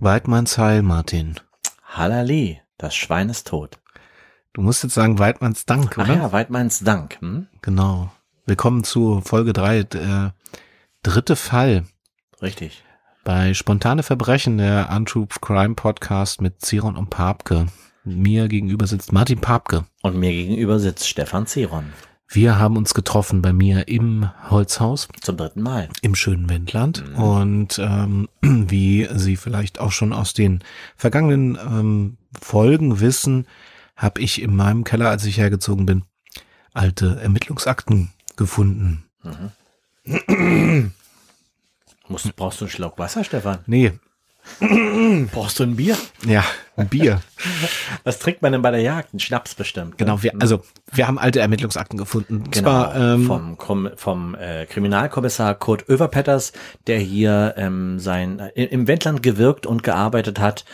Weidmanns Heil, Martin. Halali, das Schwein ist tot. Du musst jetzt sagen Weidmanns Dank, Ach oder? Ah, ja, Weidmanns Dank. Hm? Genau. Willkommen zu Folge 3, der dritte Fall Richtig. bei Spontane Verbrechen, der Untrue Crime Podcast mit Ziron und Papke. Mir gegenüber sitzt Martin Papke. Und mir gegenüber sitzt Stefan Zeron Wir haben uns getroffen bei mir im Holzhaus zum dritten Mal. im schönen Wendland. Mhm. Und ähm, wie Sie vielleicht auch schon aus den vergangenen ähm, Folgen wissen, habe ich in meinem Keller, als ich hergezogen bin, alte Ermittlungsakten gefunden. Musst, brauchst du einen Schluck Wasser, Stefan? Nee, Hm. Brauchst du ein Bier? ja, ein Bier. Was trinkt man denn bei der Jagd? Ein Schnaps bestimmt. ne? genau, wir, also wir haben alte Ermittlungsakten gefunden. Und Genau, Zwar, ähm, vom, Krom- vom äh, Kriminalkommissar Kurt Oeverpetters, der hier ähm, sein, i- im Wendland gewirkt und gearbeitet hat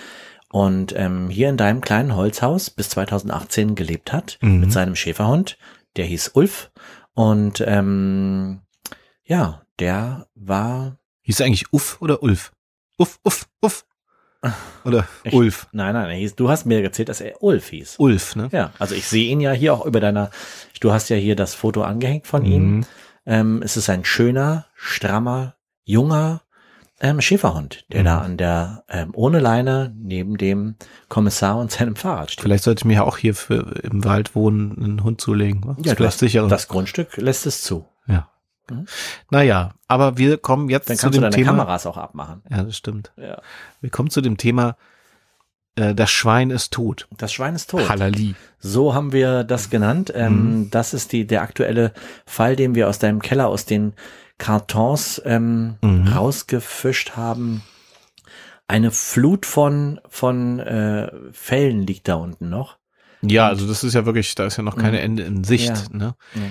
und ähm, hier in deinem kleinen Holzhaus bis 2018 gelebt hat mhm. mit seinem Schäferhund, der hieß Ulf und ähm, ja, der war, hieß er eigentlich Uff oder Ulf? Uff, Uff, Uff. Oder Echt? Ulf. nein, nein, er hieß, du hast mir erzählt, dass er Ulf hieß. Ulf, ne? Ja, also ich sehe ihn ja hier auch über deiner, du hast ja hier das Foto angehängt von Mhm. ihm. Ähm, es ist ein schöner, strammer, junger ähm, Schäferhund, der Mhm. da an der ähm, ohne Leine neben dem Kommissar und seinem Fahrrad steht. Vielleicht sollte ich mir ja auch hier für im Wald wohnen, einen Hund zulegen. wa? Ist vielleicht sicherer. das Grundstück lässt es zu. Ja. Mhm. Naja, aber wir kommen jetzt Dann zu kannst du dem deine Thema. Kameras auch abmachen. Ja, das stimmt. Ja. Wir kommen zu dem Thema, äh, das Schwein ist tot. Das Schwein ist tot. Halali. So haben wir Mhm. das genannt. Ähm, Das ist die, der aktuelle Fall, den wir aus deinem Keller, aus den Kartons ähm, Mhm. rausgefischt haben. Eine Flut von, von äh, Fällen liegt da unten noch. Ja, also das ist ja wirklich, da ist ja noch keine Ende in Sicht. Mhm. Ja. Ne? Ja.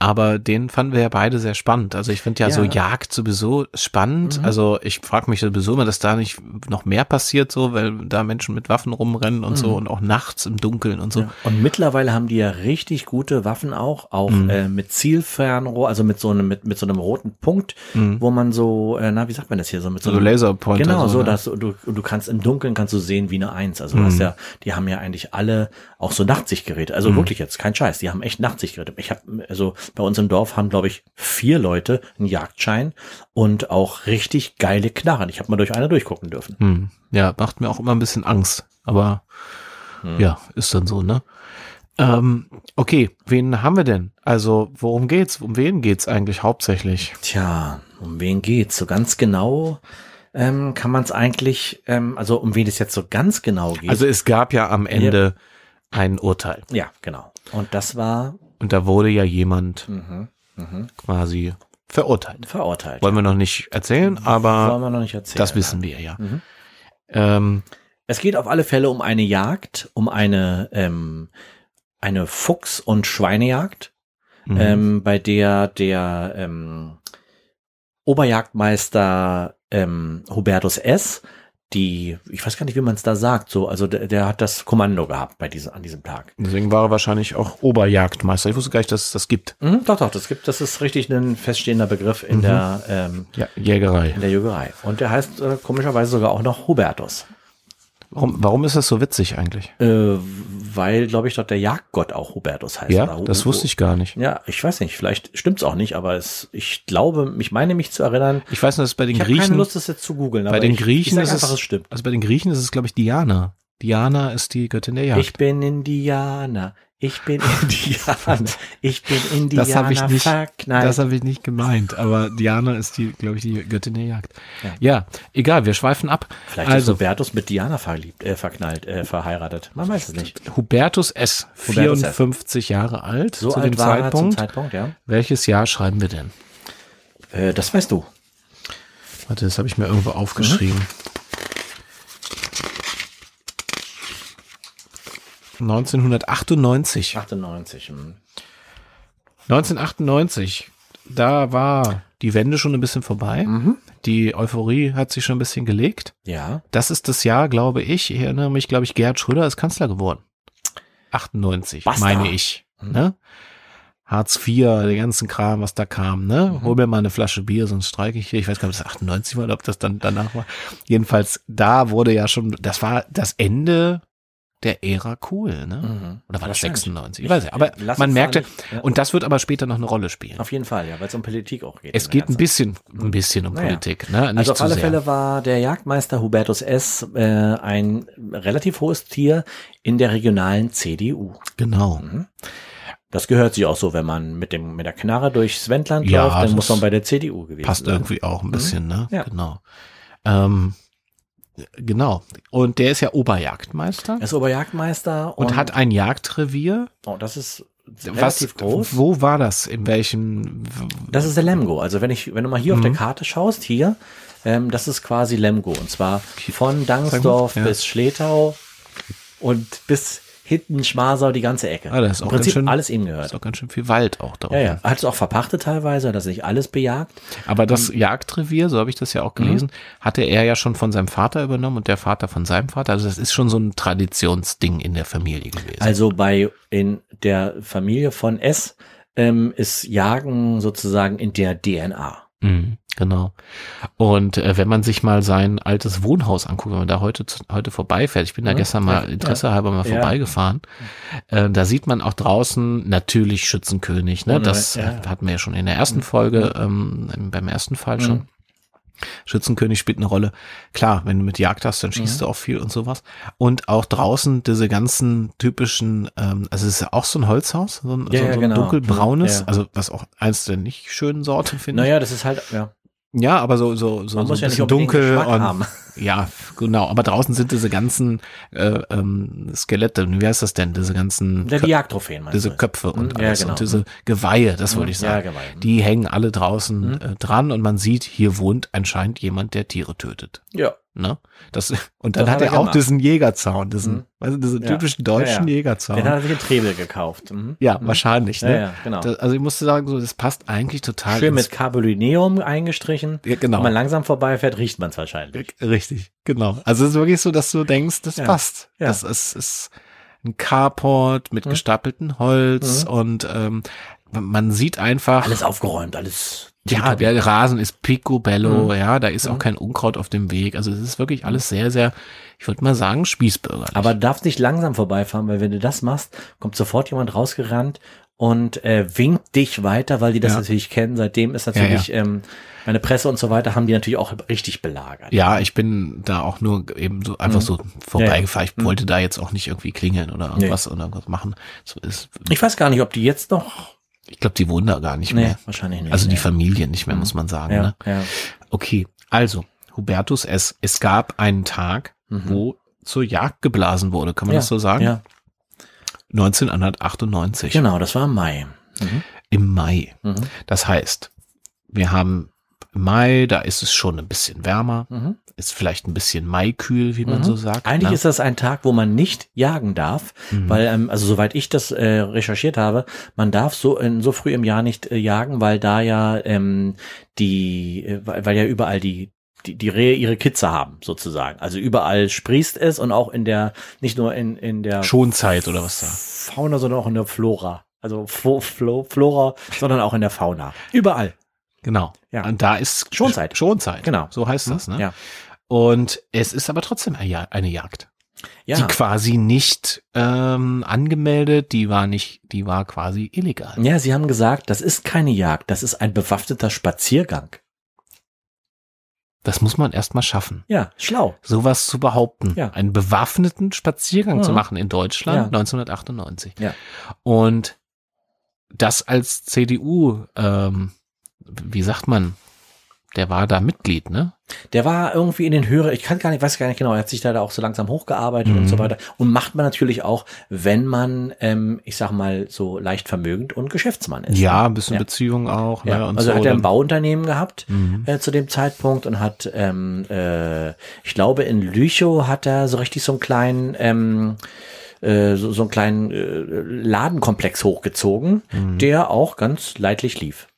Aber den fanden wir ja beide sehr spannend. Also ich finde ja, so Ja. Jagd sowieso spannend. Mhm. Also ich frage mich sowieso immer, dass da nicht noch mehr passiert, so, weil da Menschen mit Waffen rumrennen und so Mhm. und auch nachts im Dunkeln und so. Ja. Und mittlerweile haben die ja richtig gute Waffen auch, auch Mhm. äh, mit Zielfernrohr, also mit so einem, mit, mit so einem roten Punkt, Mhm. Also wo man so, äh, na, wie sagt man das hier, so mit so So einem Laserpointer. Genau, so, ne? Mhm. dass du, du du kannst im Dunkeln kannst du sehen wie eine Eins. Also du hast ja, die haben ja eigentlich alle auch so Nachtsichtgeräte. Also wirklich jetzt, kein Scheiß. Die haben echt Nachtsichtgeräte. Ich habe, also bei uns im Dorf haben, glaube ich, vier Leute einen Jagdschein und auch richtig geile Knarren. Ich habe mal durch eine durchgucken dürfen. Hm. Ja, macht mir auch immer ein bisschen Angst. Aber ja, ist dann so, ne? Ähm, okay, wen haben wir denn? Also, worum geht's? Um wen geht's eigentlich hauptsächlich? Tja, um wen geht's? So ganz genau ähm, kann man es eigentlich, ähm, also um wen es jetzt so ganz genau geht. Also, es gab ja am Ende ein Urteil. ja, genau. Und das war Und da wurde ja jemand mhm, mhm, quasi verurteilt. verurteilt. Wollen wir noch nicht erzählen, Wollen aber wir noch nicht erzählen. das wissen wir ja. Mhm. Ähm, Es geht auf alle Fälle um eine Jagd, um eine, ähm, eine Fuchs- und Schweinejagd, mhm. ähm, bei der der ähm, Oberjagdmeister ähm, Hubertus S., die, ich weiß gar nicht, wie man es da sagt, so, also der, der hat das Kommando gehabt bei diesem, an diesem Tag. Deswegen war er wahrscheinlich auch Oberjagdmeister. Ich wusste gar nicht, dass es das gibt. Mhm, doch, doch, das gibt, das ist richtig ein feststehender Begriff in der ähm, Ja, Jägerei. in der Jügerei. Und der heißt äh, komischerweise sogar auch noch Hubertus. Warum, warum ist das so witzig eigentlich? Äh, weil, glaube ich, dort der Jagdgott auch Hubertus heißt. Ja, oder Hu- das wusste ich gar nicht. Ja, ich weiß nicht, vielleicht stimmt's auch nicht, aber es, ich glaube, ich meine mich zu erinnern. Ich weiß nur, dass bei den Ich habe keine Griechen, Lust, das jetzt zu googeln. bei aber den ich, ich Griechen sag ist einfach, es, es stimmt. also bei den Griechen ist es, glaube ich, Diana. Diana ist die Göttin der Jagd. Ich bin Indianer. Ich bin Indianer. Ich bin Indianer. das habe ich nicht, Verknallt. das habe ich nicht gemeint. Aber Diana ist die, glaube ich, die Göttin der Jagd. Ja. Ja, egal. Wir schweifen ab. vielleicht ist also Hubertus mit Diana verliebt, äh, verknallt, äh, verheiratet. Man weiß es nicht. Hubertus S. Hubertus S. 54 Jahre alt So zu alt dem war er zum Zeitpunkt. Zeitpunkt, ja. Welches Jahr schreiben wir denn? Äh, das weißt du. Warte, das habe ich mir irgendwo Mhm. aufgeschrieben. 1998. 98. hm. 1998, da war die Wende schon ein bisschen vorbei. Mhm. Die Euphorie hat sich schon ein bisschen gelegt. Ja. Das ist das Jahr, glaube ich, ich erinnere mich, glaube ich, Gerhard Schröder ist Kanzler geworden. 98, Basta. meine ich. Ne? Hartz IV, den ganzen Kram, was da kam, ne? Mhm. Hol mir mal eine Flasche Bier, sonst streike ich hier. Ich weiß gar nicht, ob das 98 war oder ob das dann danach war. Jedenfalls, da wurde ja schon, das war das Ende der Ära cool, ne? Mhm. Oder war das Wahrscheinlich. 96? Ich weiß nicht, Ich- aber lass man uns da merkte, nicht- ja. und das wird aber später noch eine Rolle spielen. Auf jeden Fall, ja, weil es um Politik auch geht. Es in der geht ein ganzen- bisschen, ein bisschen um Naja. Politik, ne? Nicht Also auf zu alle sehr. Fälle war der Jagdmeister Hubertus S. Äh, ein relativ hohes Tier in der regionalen CDU. Genau. Mhm. Das gehört sich auch so, wenn man mit dem mit der Knarre durchs Wendland Ja, läuft, dann das muss man bei der CDU gewesen Passt sein. irgendwie auch ein bisschen, ne? Mhm. Ja. Genau. Ähm, genau. Und der ist ja Oberjagdmeister Er ist Oberjagdmeister und hat ein Jagdrevier. oh, das ist Was, relativ groß. wo war das? In welchem? Das ist der Lemgo. Also wenn ich, wenn du mal hier auf Mhm. der Karte schaust, hier, ähm, das ist quasi Lemgo. Und zwar von Dangsdorf Ja. bis Schletau und bis hinten Schmarsau, die ganze Ecke. Ah, das ist auch Im ganz Prinzip schön- alles ist ihm gehört. doch ganz schön viel Wald auch da Ja, oben. ja. Hat es auch verpachtet teilweise, dass er nicht alles bejagt. Aber das Ähm, Jagdrevier, so habe ich das ja mhm. auch gelesen, hatte er ja schon von seinem Vater übernommen und der Vater von seinem Vater. Also das ist schon so ein Traditionsding in der Familie gewesen. Also bei in der Familie von S ähm, ist Jagen sozusagen in der DNA. Mhm, genau. Und äh, wenn man sich mal sein altes Wohnhaus anguckt, wenn man da heute, zu- heute vorbeifährt, ich bin da Mhm. gestern mal Ja, Interesse halber mal Ja. vorbeigefahren, äh, da sieht man auch draußen natürlich Schützenkönig, ne? Ohne- Das ja. Mhm. äh, hatten wir ja schon in der ersten Folge, ähm, im- beim ersten Fall schon. Schützenkönig spielt eine Rolle. Klar, wenn du mit Jagd hast, dann Mhm. schießt du auch viel und sowas. Und auch draußen diese ganzen typischen, ähm, also es ist ja auch so ein Holzhaus, so ein, Ja, so, ja, so ein genau. dunkelbraunes, Ja. also was auch eins der nicht schönen Sorten finde ich. Naja, das ist halt, ja. Ja, aber so so so, Man so muss ja ein nicht bisschen unbedingt dunkel Geschmack und haben. ja genau. Aber draußen sind diese ganzen äh, ähm, Skelette. Wie heißt das denn? Diese ganzen Ja, Köp- die Jagdtrophäen meinst diese du? Köpfe und Mhm, ja, alles genau. Hm, und diese Geweihe. Das wollte ich Ja, genau. Hm. sagen. Geweihe. Die hängen alle draußen äh, dran und man sieht, hier wohnt anscheinend jemand, der Tiere tötet. Ja. Ne? Das und dann hat Das hat er er auch gemacht. diesen Jägerzaun, diesen Mhm. also diesen Ja. typischen deutschen Ja, ja. Jägerzaun. Den hat er sich in Trebel gekauft. Mhm. ja, wahrscheinlich. Ja, ne? ja, genau. Das, also ich musste sagen, so das passt eigentlich total. Schön ins- mit Carbolinum eingestrichen. Ja, genau. Wenn man langsam vorbeifährt, riecht man es wahrscheinlich. Richtig, genau. Also es ist wirklich so, dass du denkst, das Ja, passt. ja. Mhm. Das ist, ist ein Carport mit gestapeltem Holz und ähm, man sieht einfach, Alles aufgeräumt, alles. ja, der Rasen ist Mhm. picobello, ja, da ist auch kein Unkraut auf dem Weg. Also es ist wirklich alles sehr, sehr, ich würde mal sagen, Spießbürger. Aber darfst nicht langsam vorbeifahren, weil wenn du das machst, kommt sofort jemand rausgerannt und äh, winkt dich weiter, weil die das Ja. natürlich kennen. Seitdem ist natürlich Ähm, meine Presse und so weiter haben die natürlich auch richtig belagert. ja, ich bin da auch nur eben so einfach Mhm. so vorbeigefahren. Ich wollte da jetzt auch nicht irgendwie klingeln oder irgendwas oder irgendwas machen. So ist, Ich weiß gar nicht, ob die jetzt noch. ich glaube, die wohnen da gar nicht Nee, mehr. wahrscheinlich nicht. Also die nee. Mhm. Familien nicht mehr, muss man sagen. Ne? ja, ja. Okay, also Hubertus S. Es gab einen Tag, wo zur Jagd geblasen wurde, kann man Mhm. ja. das so sagen? Ja, 1998 genau, das war im Mai. Mhm. im Mai. Das heißt, wir haben im Mai, da ist es schon ein bisschen wärmer, Mhm. ist vielleicht ein bisschen maikühl, wie man so sagt. Eigentlich ne? ist das ein Tag, wo man nicht jagen darf, weil, ähm, also soweit ich das äh, recherchiert habe, man darf so in, so früh im Jahr nicht äh, jagen, weil da ja ähm, die, äh, weil, weil ja überall die die, die Rehe ihre Kitze haben, sozusagen. Also überall sprießt es und auch in der, nicht nur in, in der Schonzeit oder was da. Fauna, sondern auch in der Flora. Also Flo, Flo, Flora, sondern auch in der Fauna. Überall. Genau. Ja. Und da ist Schonzeit. Schonzeit. Genau. So heißt das. Ne? Ja. Und es ist aber trotzdem eine Ja- eine Jagd. ja. Die quasi nicht ähm, angemeldet, die war nicht, die war quasi illegal. Ja, sie haben gesagt, das ist keine Jagd, das ist ein bewaffneter Spaziergang. Das muss man erstmal schaffen. Ja, schlau. sowas zu behaupten, Ja. einen bewaffneten Spaziergang Mhm. zu machen in Deutschland Ja. 1998. Ja. Und das als CDU, ähm, wie sagt man, der war da Mitglied, ne? Der war irgendwie in den Hörer, ich kann gar nicht, weiß gar nicht genau, er hat sich da, da auch so langsam hochgearbeitet und Mhm. so weiter. Und macht man natürlich auch, wenn man, ähm, ich sag mal, so leicht vermögend und Geschäftsmann ist. Ja, ein bisschen Ja. Beziehung auch. Ja, Ne? Und also so. hat er ein dann- Bauunternehmen gehabt Mhm. äh, zu dem Zeitpunkt und hat, ähm, äh, ich glaube, in Lüchow hat er so richtig so einen kleinen, ähm, äh, so, so einen mhm, kleinen äh, Ladenkomplex hochgezogen, der auch ganz leidlich lief.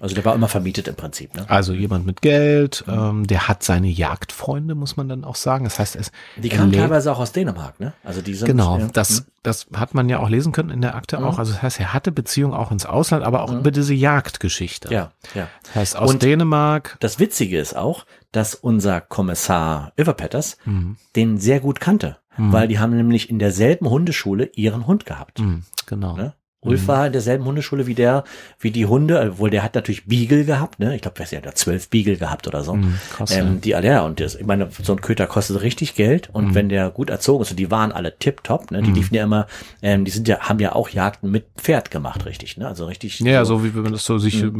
Also der war immer vermietet im Prinzip. Ne? Also jemand mit Geld, Mhm. ähm, der hat seine Jagdfreunde, muss man dann auch sagen. Das heißt, es Die kamen erlebt- teilweise auch aus Dänemark, ne? Also die sind Genau, ja. Mhm. das, das hat man ja auch lesen können in der Akte auch. Also das heißt, er hatte Beziehungen auch ins Ausland, aber auch über diese Jagdgeschichte. ja, ja. Das heißt, aus Und- Dänemark. Das Witzige ist auch, dass unser Kommissar Överpetters Mhm. den sehr gut kannte, weil die haben nämlich in derselben Hundeschule ihren Hund gehabt. Hm, genau. Ne? Ulf war in derselben Hundeschule wie der, wie die Hunde, äh, obwohl der hat natürlich Beagle gehabt, ne? Ich glaube, der hat zwölf Beagle gehabt oder so. Hm, krass, Ähm, die alle, ja, und das, ich meine, so ein Köter kostet richtig Geld Mhm. und wenn der gut erzogen ist, und die waren alle tipptopp, ne? Die liefen ja immer, ähm, die sind ja, haben ja auch Jagden mit Pferd gemacht, richtig, ne? Also richtig. ja, ja, so wie wenn man das so sich, äh,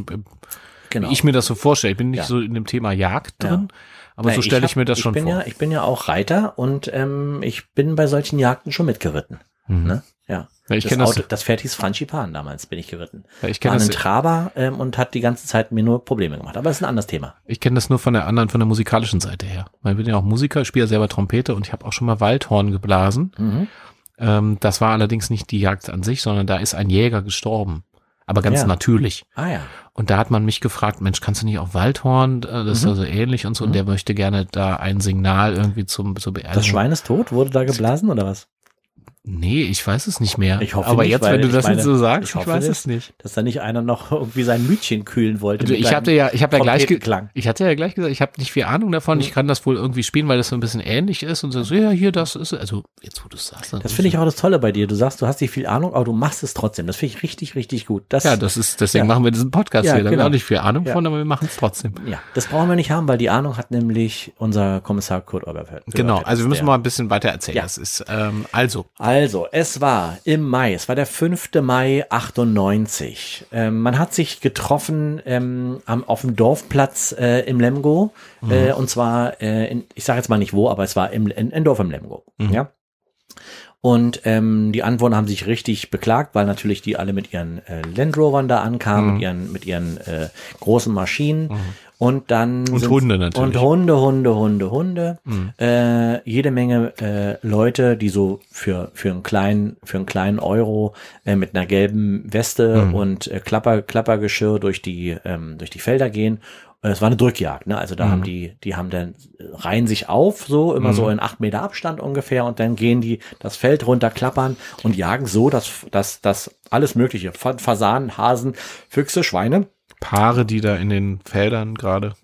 genau. wie ich mir das so vorstelle. Ich bin nicht Ja. so in dem Thema Jagd Ja. drin, aber so Nein, stelle ich, hab- mir das schon Äh, ich bin vor. Ja, ich bin ja auch Reiter und ähm, ich bin bei solchen Jagden schon mitgeritten. Ne? Ja. Ja, Mhm. ich kenn das- Auto, das Pferd hieß Franchipan damals, bin ich geritten. Ja, ich kenn War das- ein Traber ähm, und hat die ganze Zeit mir nur Probleme gemacht. Aber das ist ein anderes Thema. Ich kenne das nur von der anderen, von der musikalischen Seite her. Weil ich bin ja auch Musiker, spiele ja selber Trompete und ich habe auch schon mal Waldhorn geblasen. Mhm. Ähm, das war allerdings nicht die Jagd an sich, sondern da ist ein Jäger gestorben. Aber ganz Ja. natürlich. Ah ja. Und da hat man mich gefragt, Mensch, kannst du nicht auch Waldhorn? Äh, Das ist Mhm. also ähnlich und so. Und der möchte gerne da ein Signal irgendwie zum, zur Beerdigung. Das Schwein ist tot? Wurde da geblasen oder was? Nee, ich weiß es nicht mehr. Ich hoffe Aber nicht, jetzt, weil wenn du ich das meine, jetzt so ich sagst, ich, hoffe weiß nicht. es nicht. Dass da nicht einer noch irgendwie sein Mütchen kühlen wollte. Also mit ich seinem hatte ja, ich habe ja gleich, ge Trompetenklang. ich hatte ja gleich gesagt, ich habe nicht viel Ahnung davon. Mhm. Ich kann das wohl irgendwie spielen, weil das so ein bisschen ähnlich ist und so, so ja, hier das ist, also jetzt wo du es sagst, Das finde ich auch das Tolle bei dir. Du sagst, du hast nicht viel Ahnung, aber du machst es trotzdem. Das finde ich richtig, richtig gut. Das, ja, das ist, deswegen Ja. machen wir diesen Podcast Ja, hier. Da haben wir genau. auch nicht viel Ahnung Ja. von, aber wir machen es trotzdem. ja, das brauchen wir nicht haben, weil die Ahnung hat nämlich unser Kommissar Kurt Oberfeld. Genau, also wir müssen mal ein bisschen weiter erzählen. Ja. Das ist ähm, also Also, es war im Mai, es war der 5. Mai 98. Ähm, man hat sich getroffen ähm, am, auf dem Dorfplatz äh, im Lemgo. Äh, Mhm. und zwar, äh, in, ich sage jetzt mal nicht wo, aber es war im, in, in Dorf im Lemgo. Mhm. Ja. Und ähm, die Anwohner haben sich richtig beklagt, weil natürlich die alle mit ihren äh, Land Rovern da ankamen, Mhm. mit ihren, mit ihren äh, großen Maschinen. Und dann. Und sind- Hunde natürlich. Und Hunde, Hunde, Hunde, Hunde. Äh, jede Menge äh, Leute, die so für, für, einen kleinen, für einen kleinen Euro äh, mit einer gelben Weste und äh, Klapper, Klappergeschirr durch die, ähm, durch die Felder gehen. Äh, Es war eine Drückjagd, ne? Also da haben die, die haben dann äh, reihen sich auf, so immer so in acht Meter Abstand ungefähr und dann gehen die das Feld runter, klappern und jagen so, dass, dass, dass alles Mögliche, Fa- Fasanen, Hasen, Füchse, Schweine, Paare, die da in den Feldern gerade.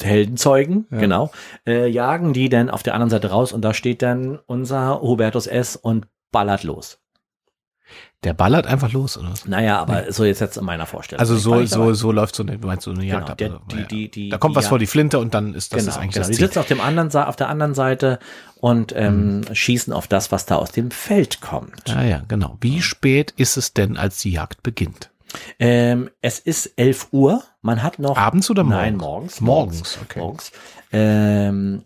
Heldenzeugen, genau, äh, jagen die dann auf der anderen Seite raus und da steht dann unser Hubertus S. und ballert los. Der ballert einfach los, oder was? Naja, aber so jetzt jetzt in meiner Vorstellung. Also Ich war so, nicht dabei. so, so läuft so eine, du meinst so eine Jagd Genau, ab. also, der- die- ja. die- die- da kommt die was Jag- vor die Flinte und dann ist das genau, ist eigentlich genau. das Mhm. Die Ziel. sitzen auf dem anderen Sa- auf der anderen Seite und ähm, schießen auf das, was da aus dem Feld kommt. Ah ja, genau. Wie spät ist es denn, als die Jagd beginnt? Ähm, es ist 11 Uhr. Man hat noch Abends oder morgens? Nein, morgens. Morgens, okay. Morgens. Ähm,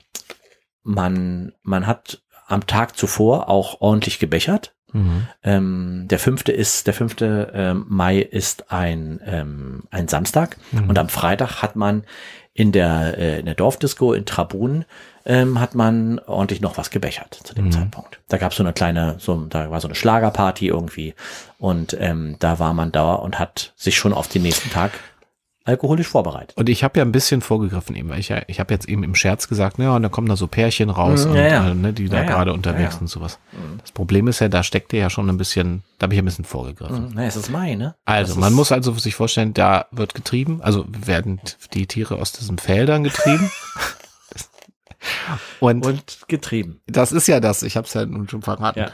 man, man hat am Tag zuvor auch ordentlich gebechert. Mhm. Ähm, der fünfte ist, der fünfte ähm, Mai ist ein, ähm, ein Samstag Mhm. und am Freitag hat man in der, äh, in der Dorfdisco in Trabun ähm, hat man ordentlich noch was gebechert zu Mhm. dem Zeitpunkt. Da gab es so eine kleine, so, da war so eine Schlagerparty irgendwie und ähm, da war man da und hat sich schon auf den nächsten Tag alkoholisch vorbereitet. Und ich habe ja ein bisschen vorgegriffen eben, weil ich ja, ich habe jetzt eben im Scherz gesagt, naja, und da kommen da so Pärchen raus, Mhm, und, ja, ja. Äh, ne, die da Ja, ja. gerade unterwegs Ja, ja. Mhm. sind und sowas. Das Problem ist ja, da steckt ja schon ein bisschen, da habe ich ein bisschen vorgegriffen. Na, es ist Mai, ne? Also, Mhm. Das man ist- muss also sich vorstellen, da wird getrieben, also werden die Tiere aus diesen Feldern getrieben. und, und getrieben. das ist ja das, ich habe es ja nun schon verraten. Ja.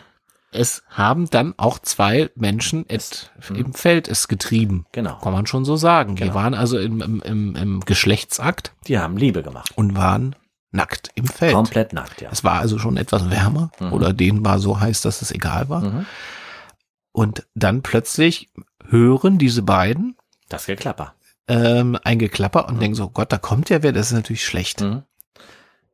Es haben dann auch zwei Menschen et, mhm. im Feld es getrieben. Genau. Kann man schon so sagen. Die waren also im, im, im, im Geschlechtsakt Die haben Liebe gemacht. und waren nackt im Feld. Komplett nackt, ja. Es war also schon etwas wärmer oder denen war so heiß, dass es egal war. Mhm. Und dann plötzlich hören diese beiden Das Geklapper. ähm, ein Geklapper und denken so, Gott, da kommt ja wer, das ist natürlich schlecht. Mhm.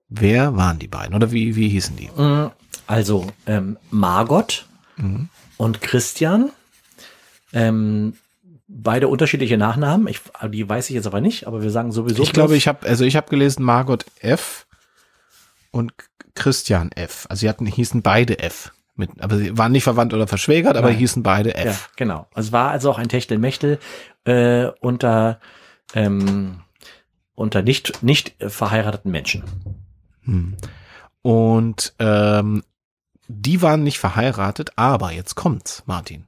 Wer waren die beiden oder wie, wie hießen die? Mm, Also ähm, Margot Mhm. und Christian. Ähm, beide unterschiedliche Nachnamen. Ich, die weiß ich jetzt aber nicht, aber wir sagen sowieso. Ich glaube, ich habe also ich habe gelesen Margot F und Christian F. Also sie hatten hießen beide F. Mit, aber sie waren nicht verwandt oder verschwägert, aber Nein. hießen beide F. Ja, genau. Es war also auch ein Techtelmechtel äh, unter, ähm, unter nicht, nicht äh, verheirateten Menschen. Hm. Und ähm, die waren nicht verheiratet, aber jetzt kommt's, Martin.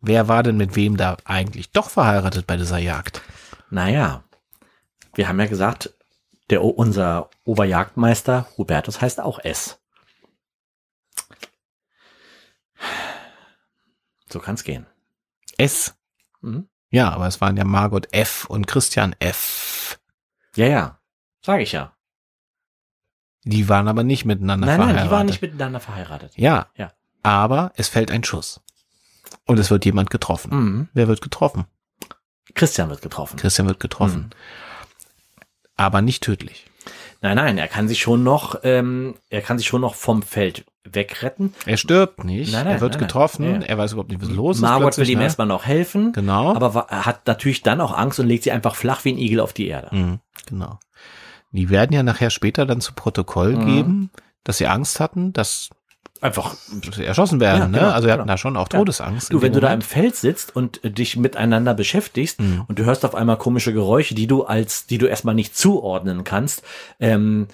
Wer war denn mit wem da eigentlich doch verheiratet bei dieser Jagd? Naja, wir haben ja gesagt, der, O- unser Oberjagdmeister Hubertus heißt auch S. So kann's gehen. S. Mhm. Ja, aber es waren ja Margot F. und Christian F. Ja, ja, sage ich ja. Die waren aber nicht miteinander Nein, verheiratet. nein, die waren nicht miteinander verheiratet. Ja. Ja. Aber es fällt ein Schuss. Und es wird jemand getroffen. Mhm. Wer wird getroffen? Christian wird getroffen. Mhm. Christian wird Hm. getroffen. Aber nicht tödlich. Nein, nein, er kann sich schon noch, ähm, er kann sich schon noch vom Feld wegretten. Er stirbt nicht. Nein, nein, er wird nein, nein. getroffen. Ja, ja. Er weiß überhaupt nicht, was los ist. Margot will plötzlich, ihm ne? erstmal noch helfen, Genau. aber wa- er hat natürlich dann auch Angst und legt sie einfach flach wie ein Igel auf die Erde. Mhm, genau. Die werden ja nachher später dann zu Protokoll Mhm. geben, dass sie Angst hatten, dass Einfach. sie erschossen werden. Ja, ne? genau, also sie hatten genau. da schon auch Ja. Todesangst. in Du, wenn dem du da im Moment. Feld sitzt und äh, dich miteinander beschäftigst Mhm. und du hörst auf einmal komische Geräusche, die du als, die du erstmal nicht zuordnen kannst, ähm,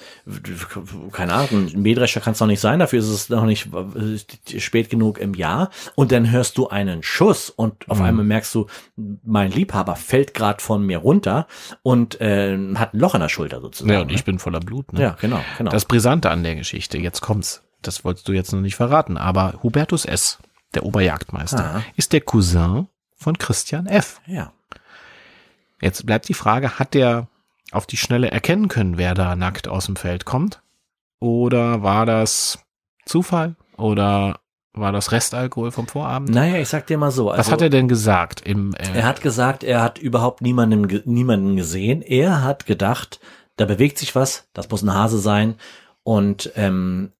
keine Ahnung, ein Mähdrescher kann es noch nicht sein, dafür ist es noch nicht äh, spät genug im Jahr. Und dann hörst du einen Schuss und Mhm. auf einmal merkst du, mein Liebhaber fällt gerade von mir runter und äh, hat ein Loch in der Schulter sozusagen. ja, und ich bin voller Blut. Ne? ne? ja genau, genau. Das Brisante an der Geschichte, jetzt kommt's. Das wolltest du jetzt noch nicht verraten, aber Hubertus S., der Oberjagdmeister, Ah. ist der Cousin von Christian F. ja. Jetzt bleibt die Frage, hat der auf die Schnelle erkennen können, wer da nackt aus dem Feld kommt? Oder war das Zufall? Oder war das Restalkohol vom Vorabend? Naja, ich sag dir mal so. Was also- hat er denn gesagt? Im, äh, Er hat gesagt, er hat überhaupt niemanden, ge- niemanden gesehen. Er hat gedacht, da bewegt sich was, das muss ein Hase sein. Und ähm,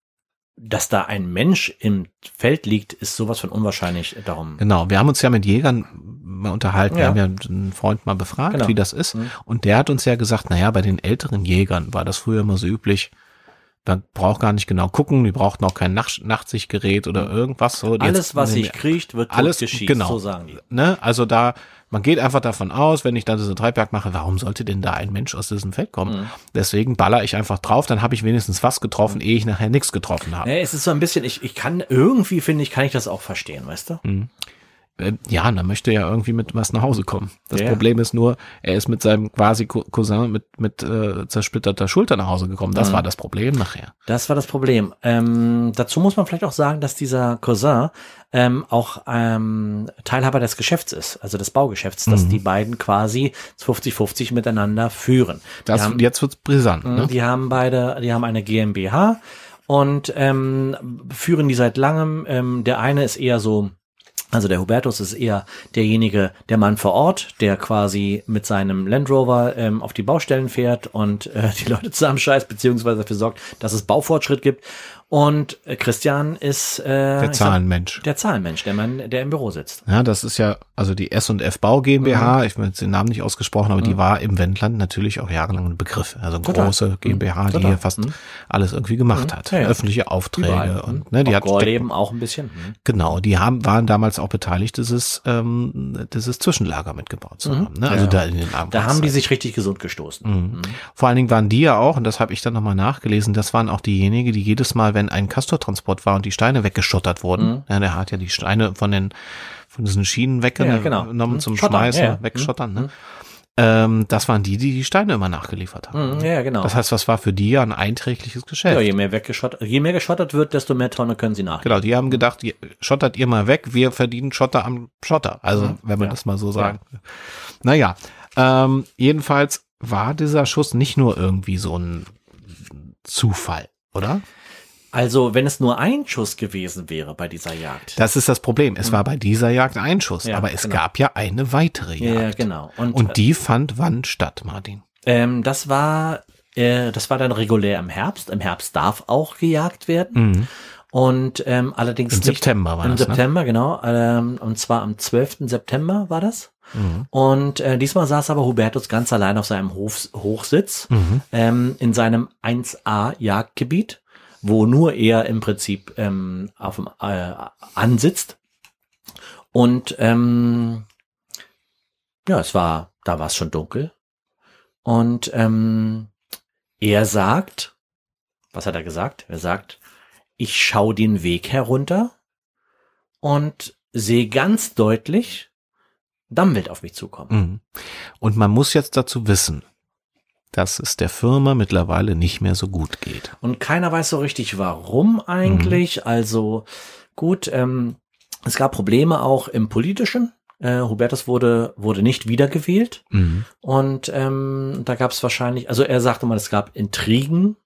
dass da ein Mensch im Feld liegt, ist sowas von unwahrscheinlich. Darum. genau, wir haben uns ja mit Jägern mal unterhalten. Wir Ja. haben ja einen Freund mal befragt, Genau. wie das ist. Mhm. Und der hat uns ja gesagt, naja, bei den älteren Jägern war das früher immer so üblich. Man braucht gar nicht genau gucken, die brauchten auch kein Nach Nachtsichtgerät oder irgendwas. So, Die Alles, jetzt- was sich kriecht, wird Alles, alles geschieht, genau. so sagen die. Ne? Also da, man geht einfach davon aus, wenn ich dann diesen Treibjagd mache, warum sollte denn da ein Mensch aus diesem Feld kommen? Mhm. Deswegen baller ich einfach drauf, dann habe ich wenigstens was getroffen, ehe ich nachher nichts getroffen habe. Nee, es ist so ein bisschen, ich, ich kann, irgendwie finde ich, kann ich das auch verstehen, weißt du? Äh, Ja, dann möchte er ja irgendwie mit was nach Hause kommen. Das Ja, ja. Problem ist nur, er ist mit seinem quasi Co- Cousin mit, mit äh, zersplitterter Schulter nach Hause gekommen. Mhm. Das war das Problem nachher. Das war das Problem. Ähm, dazu muss man vielleicht auch sagen, dass dieser Cousin ähm, auch ähm, Teilhaber des Geschäfts ist, also des Baugeschäfts, dass die beiden quasi 50-50 miteinander führen. Das, die, haben, jetzt wird's brisant. Mhm, Ne? die haben beide, die haben eine GmbH und ähm, führen die seit langem. Ähm, der eine ist eher so, also der Hubertus ist eher derjenige, der Mann vor Ort, der quasi mit seinem Land Rover ähm, auf die Baustellen fährt und äh, die Leute zusammenscheißt, beziehungsweise dafür sorgt, dass es Baufortschritt gibt. Und äh, Christian ist äh, Der der, Zahlenmensch. der Zahlenmensch, der Mann, der im Büro sitzt. Ja, das ist ja, also die S und F Bau Mhm. GmbH, ich habe jetzt den Namen nicht ausgesprochen, aber die war im Wendland natürlich auch jahrelang ein Begriff. Also eine Total. Mhm. große GmbH, die Total. Mhm. hier fast alles irgendwie gemacht hat. Ja, ja. Öffentliche Aufträge Überall, mhm. und ne, die Auch hat Stecken- Gorleben auch ein bisschen. mhm. Genau, die haben, waren damals auch beteiligt, dieses, ähm, dieses Zwischenlager mitgebaut zu haben. Ne? Also Mhm. Ja. da in den Abend. Da haben die sich richtig gesund gestoßen. Mhm. Vor allen Dingen waren die ja auch, und das habe ich dann nochmal nachgelesen, das waren auch diejenigen, die jedes Mal, wenn ein Castortransport war und die Steine weggeschottert wurden, ja, der hat ja die Steine von den von diesen Schienen weggenommen Mhm. Ja, genau. Mhm. zum Schottern, Schmeißen, ja, ja. wegschottern, ne? Ähm, das waren die, die die Steine immer nachgeliefert haben. Mhm, Ja, genau. Das heißt, was war für die ja ein einträgliches Geschäft. Ja, je mehr weggeschottert, je mehr geschottert wird, desto mehr Tonne können sie nachgeben. Genau, die haben gedacht, ihr- schottert ihr mal weg, wir verdienen Schotter am Schotter. Also, Mhm. wenn man das mal so sagen. Naja, ähm, jedenfalls war dieser Schuss nicht nur irgendwie so ein Zufall, oder? Genau. Also, wenn es nur ein Schuss gewesen wäre bei dieser Jagd. Das ist das Problem. Es war bei dieser Jagd ein Schuss, Mhm. Ja, aber es genau. gab ja eine weitere ja, Jagd. ja, genau. Und, Und die fand wann statt, Martin? ähm, das war, äh, das war dann regulär im Herbst. Im Herbst darf auch gejagt werden. Und ähm, allerdings Mhm. Im Mhm. nicht September war Im das, ne? September, genau. Ähm, und zwar am 12. September war das. Mhm. Und äh, diesmal saß aber Hubertus ganz Mhm. allein auf seinem Hof, Hochsitz ähm, in seinem 1a-Jagdgebiet. wo nur er im Prinzip ähm, auf dem, äh, ansitzt. Und ähm, ja, es war, da war es schon dunkel. Und ähm, er sagt, was hat er gesagt? Er sagt, ich schaue den Weg herunter und sehe ganz deutlich Dammwild auf mich zukommen. Mhm. Und man muss jetzt dazu wissen, dass es der Firma mittlerweile nicht mehr so gut geht. Und keiner weiß so richtig, warum eigentlich. Also gut, ähm, es gab Probleme auch im politischen. Äh, Hubertus wurde, wurde nicht wiedergewählt. Und ähm, da gab es wahrscheinlich, also er sagte mal, es gab Intrigen.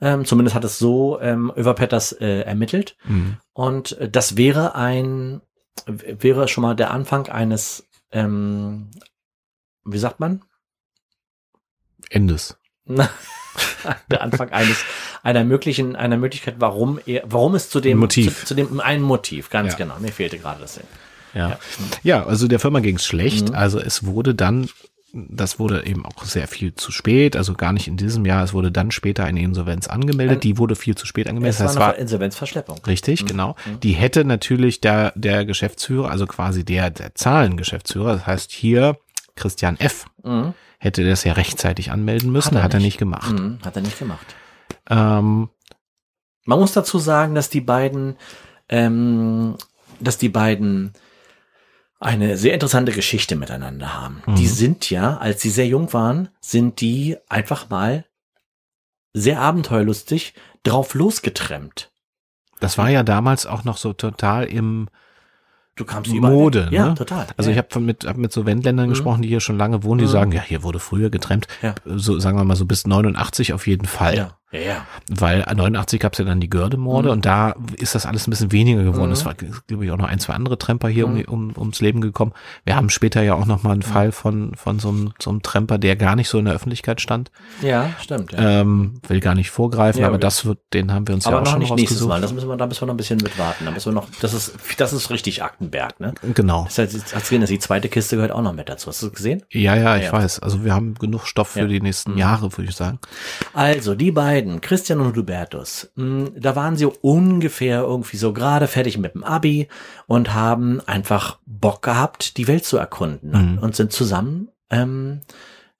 Ähm, zumindest hat es so ähm, Överpetters äh, ermittelt. Mhm. Und äh, das wäre ein, w- wäre schon mal der Anfang eines, ähm, wie sagt man? Endes. der Anfang eines, einer möglichen, einer Möglichkeit, warum er, warum es zu dem, Motiv. Zu, zu dem, ein Motiv, ganz Ja. genau. Mir fehlte gerade das Sinn. Ja. ja, also der Firma ging's schlecht. Mhm. Also es wurde dann, das wurde eben auch sehr viel zu spät, also gar nicht in diesem Jahr, es wurde dann später eine Insolvenz angemeldet, Ein- die wurde viel zu spät angemeldet. Ähm, Das Es war eine heißt, war, Ver- Mhm. Insolvenzverschleppung. richtig, genau. Die hätte natürlich der, der Geschäftsführer, also quasi der, der Zahlengeschäftsführer, das heißt hier Christian F., Mhm. hätte das ja rechtzeitig anmelden müssen, hat er, nicht. gemacht. Mhm. Hat er nicht gemacht. Ähm, Man muss dazu sagen, dass die beiden, ähm, dass die beiden eine sehr interessante Geschichte miteinander haben. Mhm. Die sind ja, als sie sehr jung waren, sind die einfach mal sehr abenteuerlustig drauf losgetrennt. das war ja damals auch noch so total im, Du kamst Mode, überall. Ja, ne? total. Also ich ja. habe von- mit, hab mit so Wendländern Mhm. gesprochen, die hier schon lange wohnen, die Mhm. sagen, ja, hier wurde früher getrennt. Ja. So sagen wir mal so bis 89 auf jeden Fall. ja. Ja, ja. Weil 89 gab es ja dann die Gördemorde Mhm. und da ist das alles ein bisschen weniger geworden. Mhm. Es war, glaube ich, auch noch ein, zwei andere Tremper hier Mhm. um, um, ums Leben gekommen. Wir haben später ja auch noch mal einen Fall von, von so, einem, so einem Tremper, der gar nicht so in der Öffentlichkeit stand. ja stimmt. Ja. Ähm, will gar nicht vorgreifen, Ja, aber okay. das wird, den haben wir uns Aber ja auch noch schon nicht nächstes rausgesucht. Mal. Das müssen wir, da müssen wir noch ein bisschen mit warten. Da müssen wir noch, das ist, das ist richtig Aktenberg, ne? Genau. Das heißt, jetzt hast du gesehen, dass die zweite Kiste gehört auch noch mit dazu. Hast du das gesehen? Ja, ja, ich Ja. weiß. Also wir haben genug Stoff für Ja. die nächsten Mhm. Jahre, würde ich sagen. Also, die beiden, Christian und Hubertus, mh, da waren sie ungefähr irgendwie so gerade fertig mit dem Abi und haben einfach Bock gehabt, die Welt zu erkunden Mhm. und sind zusammen ähm,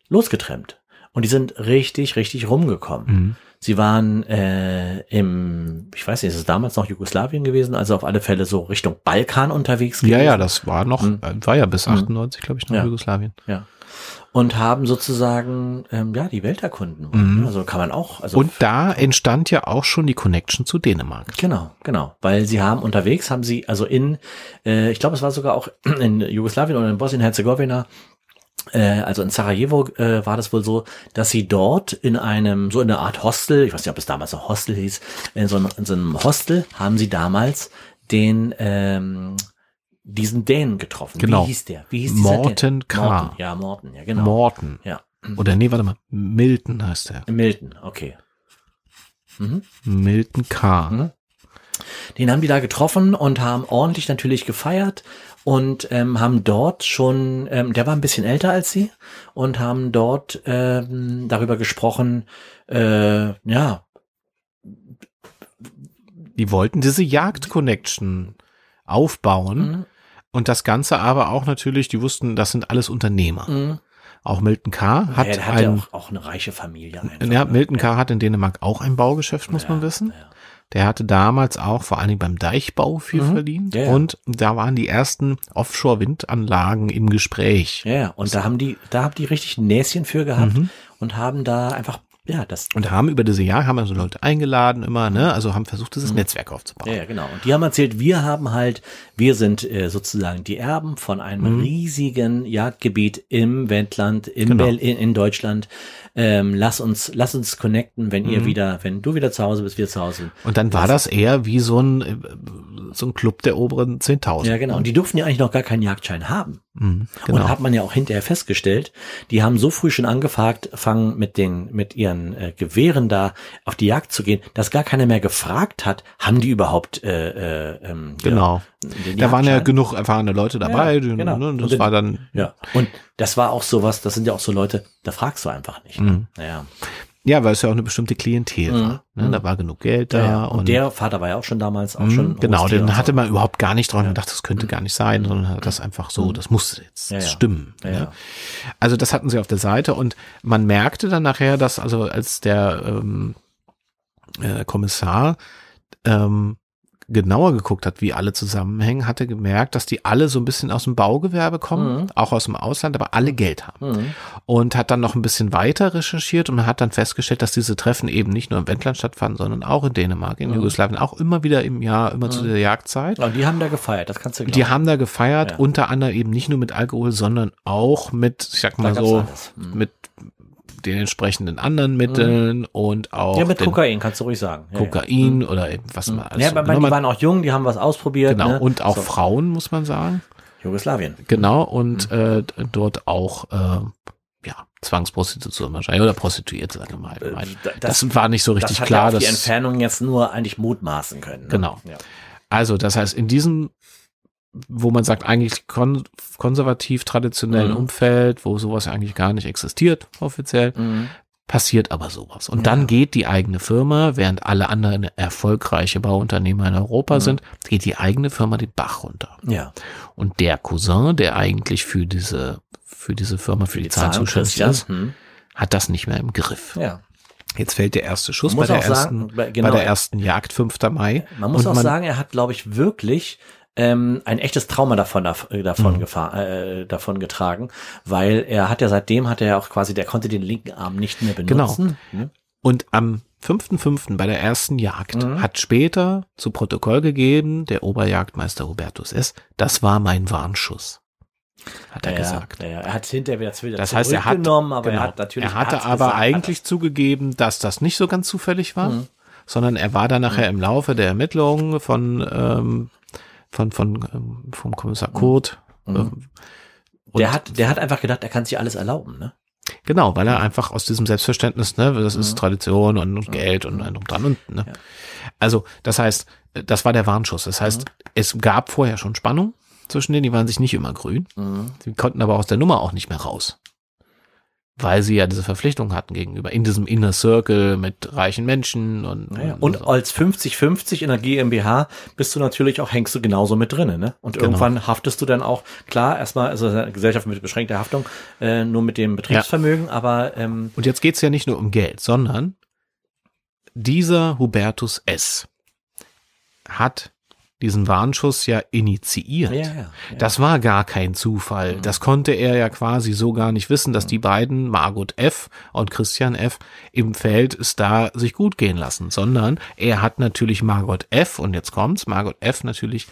losgetrennt. Und die sind richtig, richtig rumgekommen. Mhm. Sie waren äh, im, ich weiß nicht, ist es damals noch Jugoslawien gewesen, also auf alle Fälle so Richtung Balkan unterwegs gewesen. Ja, ja, das war noch, Mhm. äh, war ja bis Mhm. 98, glaube ich, noch Ja. Jugoslawien. Ja. Und haben sozusagen ähm, ja die Welt erkunden wollen. Mhm. Also kann man auch. Also Und da entstand ja auch schon die Connection zu Dänemark. Genau, genau. Weil sie haben unterwegs, haben sie, also in, äh, ich glaube, es war sogar auch in Jugoslawien oder in Bosnien-Herzegowina, äh, also in Sarajevo äh, war das wohl so, dass sie dort in einem, so in einer Art Hostel, ich weiß nicht, ob es damals noch Hostel hieß, in so einem, in so einem Hostel haben sie damals den, ähm, diesen Dänen getroffen. Genau. Wie hieß der? Wie hieß dieser Dän- Morten K. Morten, ja, Morten, ja, genau. Hm. Morten. ja. Oder nee, warte mal. Milton heißt er. Milton, okay. Mhm. Milton K. Mhm. Den haben die da getroffen und haben ordentlich natürlich gefeiert und ähm, haben dort schon, ähm, der war ein bisschen älter als sie und haben dort ähm, darüber gesprochen, äh, ja, Die wollten diese Jagd-Connection aufbauen mhm. und das Ganze aber auch natürlich, die wussten, das sind alles Unternehmer. Mhm. Auch Milton K. hat ja, der hat ja ein, auch, auch eine reiche Familie. Einfach, ja, ne? Milton K. hat in Dänemark auch ein Baugeschäft, muss Ja, man wissen. Ja. Der hatte damals auch vor allen Dingen beim Deichbau viel Mhm. verdient Ja, ja. und da waren die ersten Offshore-Windanlagen im Gespräch. ja, ja, und da haben die, da haben die richtig ein Näschen für gehabt Mhm. und haben da einfach, ja, das, Und haben über diese Jahre haben also Leute eingeladen immer, ne? Also haben versucht, dieses Mhm. Netzwerk aufzubauen. Ja, ja, genau. Und die haben erzählt, wir haben halt, wir sind äh, sozusagen die Erben von Mhm. einem riesigen Jagdgebiet im Wendland, im Genau. Bel in, in Deutschland. Ähm, lass uns, lass uns connecten, wenn Mhm. ihr wieder, wenn du wieder zu Hause bist, wir zu Hause sind. Und dann war das eher wie so ein, äh, so ein Club der oberen 10.000. Ja, genau. Und die durften ja eigentlich noch gar keinen Jagdschein haben. Mhm, Und da genau. hat man ja auch hinterher festgestellt, die haben so früh schon angefragt, fangen mit den, mit ihren äh, Gewehren da auf die Jagd zu gehen, dass gar keiner mehr gefragt hat, haben die überhaupt, äh, äh, ähm, ja, genau. den Da waren ja Jagdschein? genug erfahrene Leute dabei. Ja, die- genau. ne, Und Das in- war dann, Ja, und das war auch sowas, das sind ja auch so Leute, da fragst du einfach nicht. Mhm. Naja. Ja, weil es ja auch eine bestimmte Klientel war. Ne? Da war genug Geld da. Mhm. Ja, ja. Und, und, der Vater war ja auch schon damals auch Mm, schon. genau, Haustier und den so. Mhm. hatte man überhaupt gar nicht dran gedacht, das könnte gar nicht sein, sondern hat das einfach so, das musste jetzt Ja, ja. stimmen. Ja, ne? ja. Also das hatten sie auf der Seite und man merkte dann nachher, dass also als der ähm, äh, Kommissar ähm, genauer geguckt hat, wie alle zusammenhängen, hatte gemerkt, dass die alle so ein bisschen aus dem Baugewerbe kommen, auch aus dem Ausland, aber alle Geld haben. Mhm. Und hat dann noch ein bisschen weiter recherchiert und hat dann festgestellt, dass diese Treffen eben nicht nur im Wendland stattfanden, sondern auch in Dänemark, Mhm. in Jugoslawien, auch immer wieder im Jahr, immer zu der Jagdzeit. Und die haben da gefeiert, das kannst du glauben. Die haben da gefeiert, Genau. Ja. unter anderem eben nicht nur mit Alkohol, sondern auch mit, ich sag Da mal gab's so, alles. Mhm. Mhm. mit den entsprechenden anderen Mitteln und auch ja, mit den Kokain, kannst du ruhig sagen. Ja, Mhm. Kokain oder eben was man Ja, ja alles aber so die genommen hat. waren auch jung, die haben was ausprobiert. Genau, ne? und auch So, Mhm. Frauen, muss man sagen. Jugoslawien. Genau, und Mhm. äh, d- dort auch äh, ja, Zwangsprostitution wahrscheinlich oder Prostituierte, sagen wir mal. allgemein. Äh, das, war nicht so richtig das hat klar. Ja auf die dass, Entfernung jetzt nur eigentlich mutmaßen können. Ne? Genau. Ja. also, das heißt, in diesem, wo man sagt, eigentlich kon konservativ traditionellen Mhm. Umfeld, wo sowas eigentlich gar nicht existiert, offiziell, Mhm. passiert aber sowas. Und dann geht die eigene Firma, während alle anderen erfolgreiche Bauunternehmer in Europa sind, geht die eigene Firma den Bach runter. Ja. Und der Cousin, der eigentlich für diese für diese Firma, für, die, Zahlen zuständig Christian. ist, Hm. hat das nicht mehr im Griff. Mhm. Ja. Jetzt fällt der erste Schuss Man bei muss der, auch sagen, ersten, bei- genau. bei der ersten Jagd, 5. Mai. Man muss Und auch sagen, er hat, glaube ich, wirklich ähm, ein echtes Trauma davon daf- äh, davon, Mhm. gefa- äh, davon getragen, weil er hat ja seitdem hat er ja auch quasi, der konnte den linken Arm nicht mehr benutzen. Genau. Und am 5.5. bei der ersten Jagd Mhm. hat später zu Protokoll gegeben, der Oberjagdmeister Hubertus S., das war mein Warnschuss, hat er Ja, gesagt. Ja, er hat es hinterher wieder, wieder Das heißt, er hat, zurückgenommen, aber genau. er hat natürlich er hatte hat's aber gesagt, also Mhm. eigentlich zugegeben, dass das nicht so ganz zufällig war, sondern er war dann nachher im Laufe der Ermittlungen von, ähm, von, von ähm, vom Kommissar Kurt. Mhm. ähm, hat, der hat der hat einfach gedacht, er kann sich alles erlauben, ne? Genau, weil er einfach aus diesem Selbstverständnis, ne, das Mhm. ist Tradition und, und Geld und ein und dran und, ne. Also, das heißt, äh, das war der Warnschuss. Das heißt, Mhm. es gab vorher schon Spannung zwischen denen, die waren sich nicht immer grün. Mhm. Sie konnten aber aus der Nummer auch nicht mehr raus. Weil sie ja diese Verpflichtung hatten gegenüber, in diesem Inner Circle mit reichen Menschen und, Naja. Und Also. als 50-50 in der GmbH bist du natürlich auch, hängst du genauso mit drinnen, ne? Und Genau. irgendwann haftest du dann auch, klar, erstmal, also eine Gesellschaft mit beschränkter Haftung, äh, nur mit dem Betriebsvermögen, aber ähm, Und jetzt geht's ja nicht nur um Geld, sondern dieser Hubertus S. hat diesen Warnschuss ja initiiert. ja, ja, Mhm. ja. Das war gar kein Zufall. Das konnte er ja quasi so gar nicht wissen, Mhm. dass die beiden, Margot F. und Christian F., im Feld es da sich gut gehen lassen, sondern er hat natürlich Margot F. und jetzt kommt's, Margot F. natürlich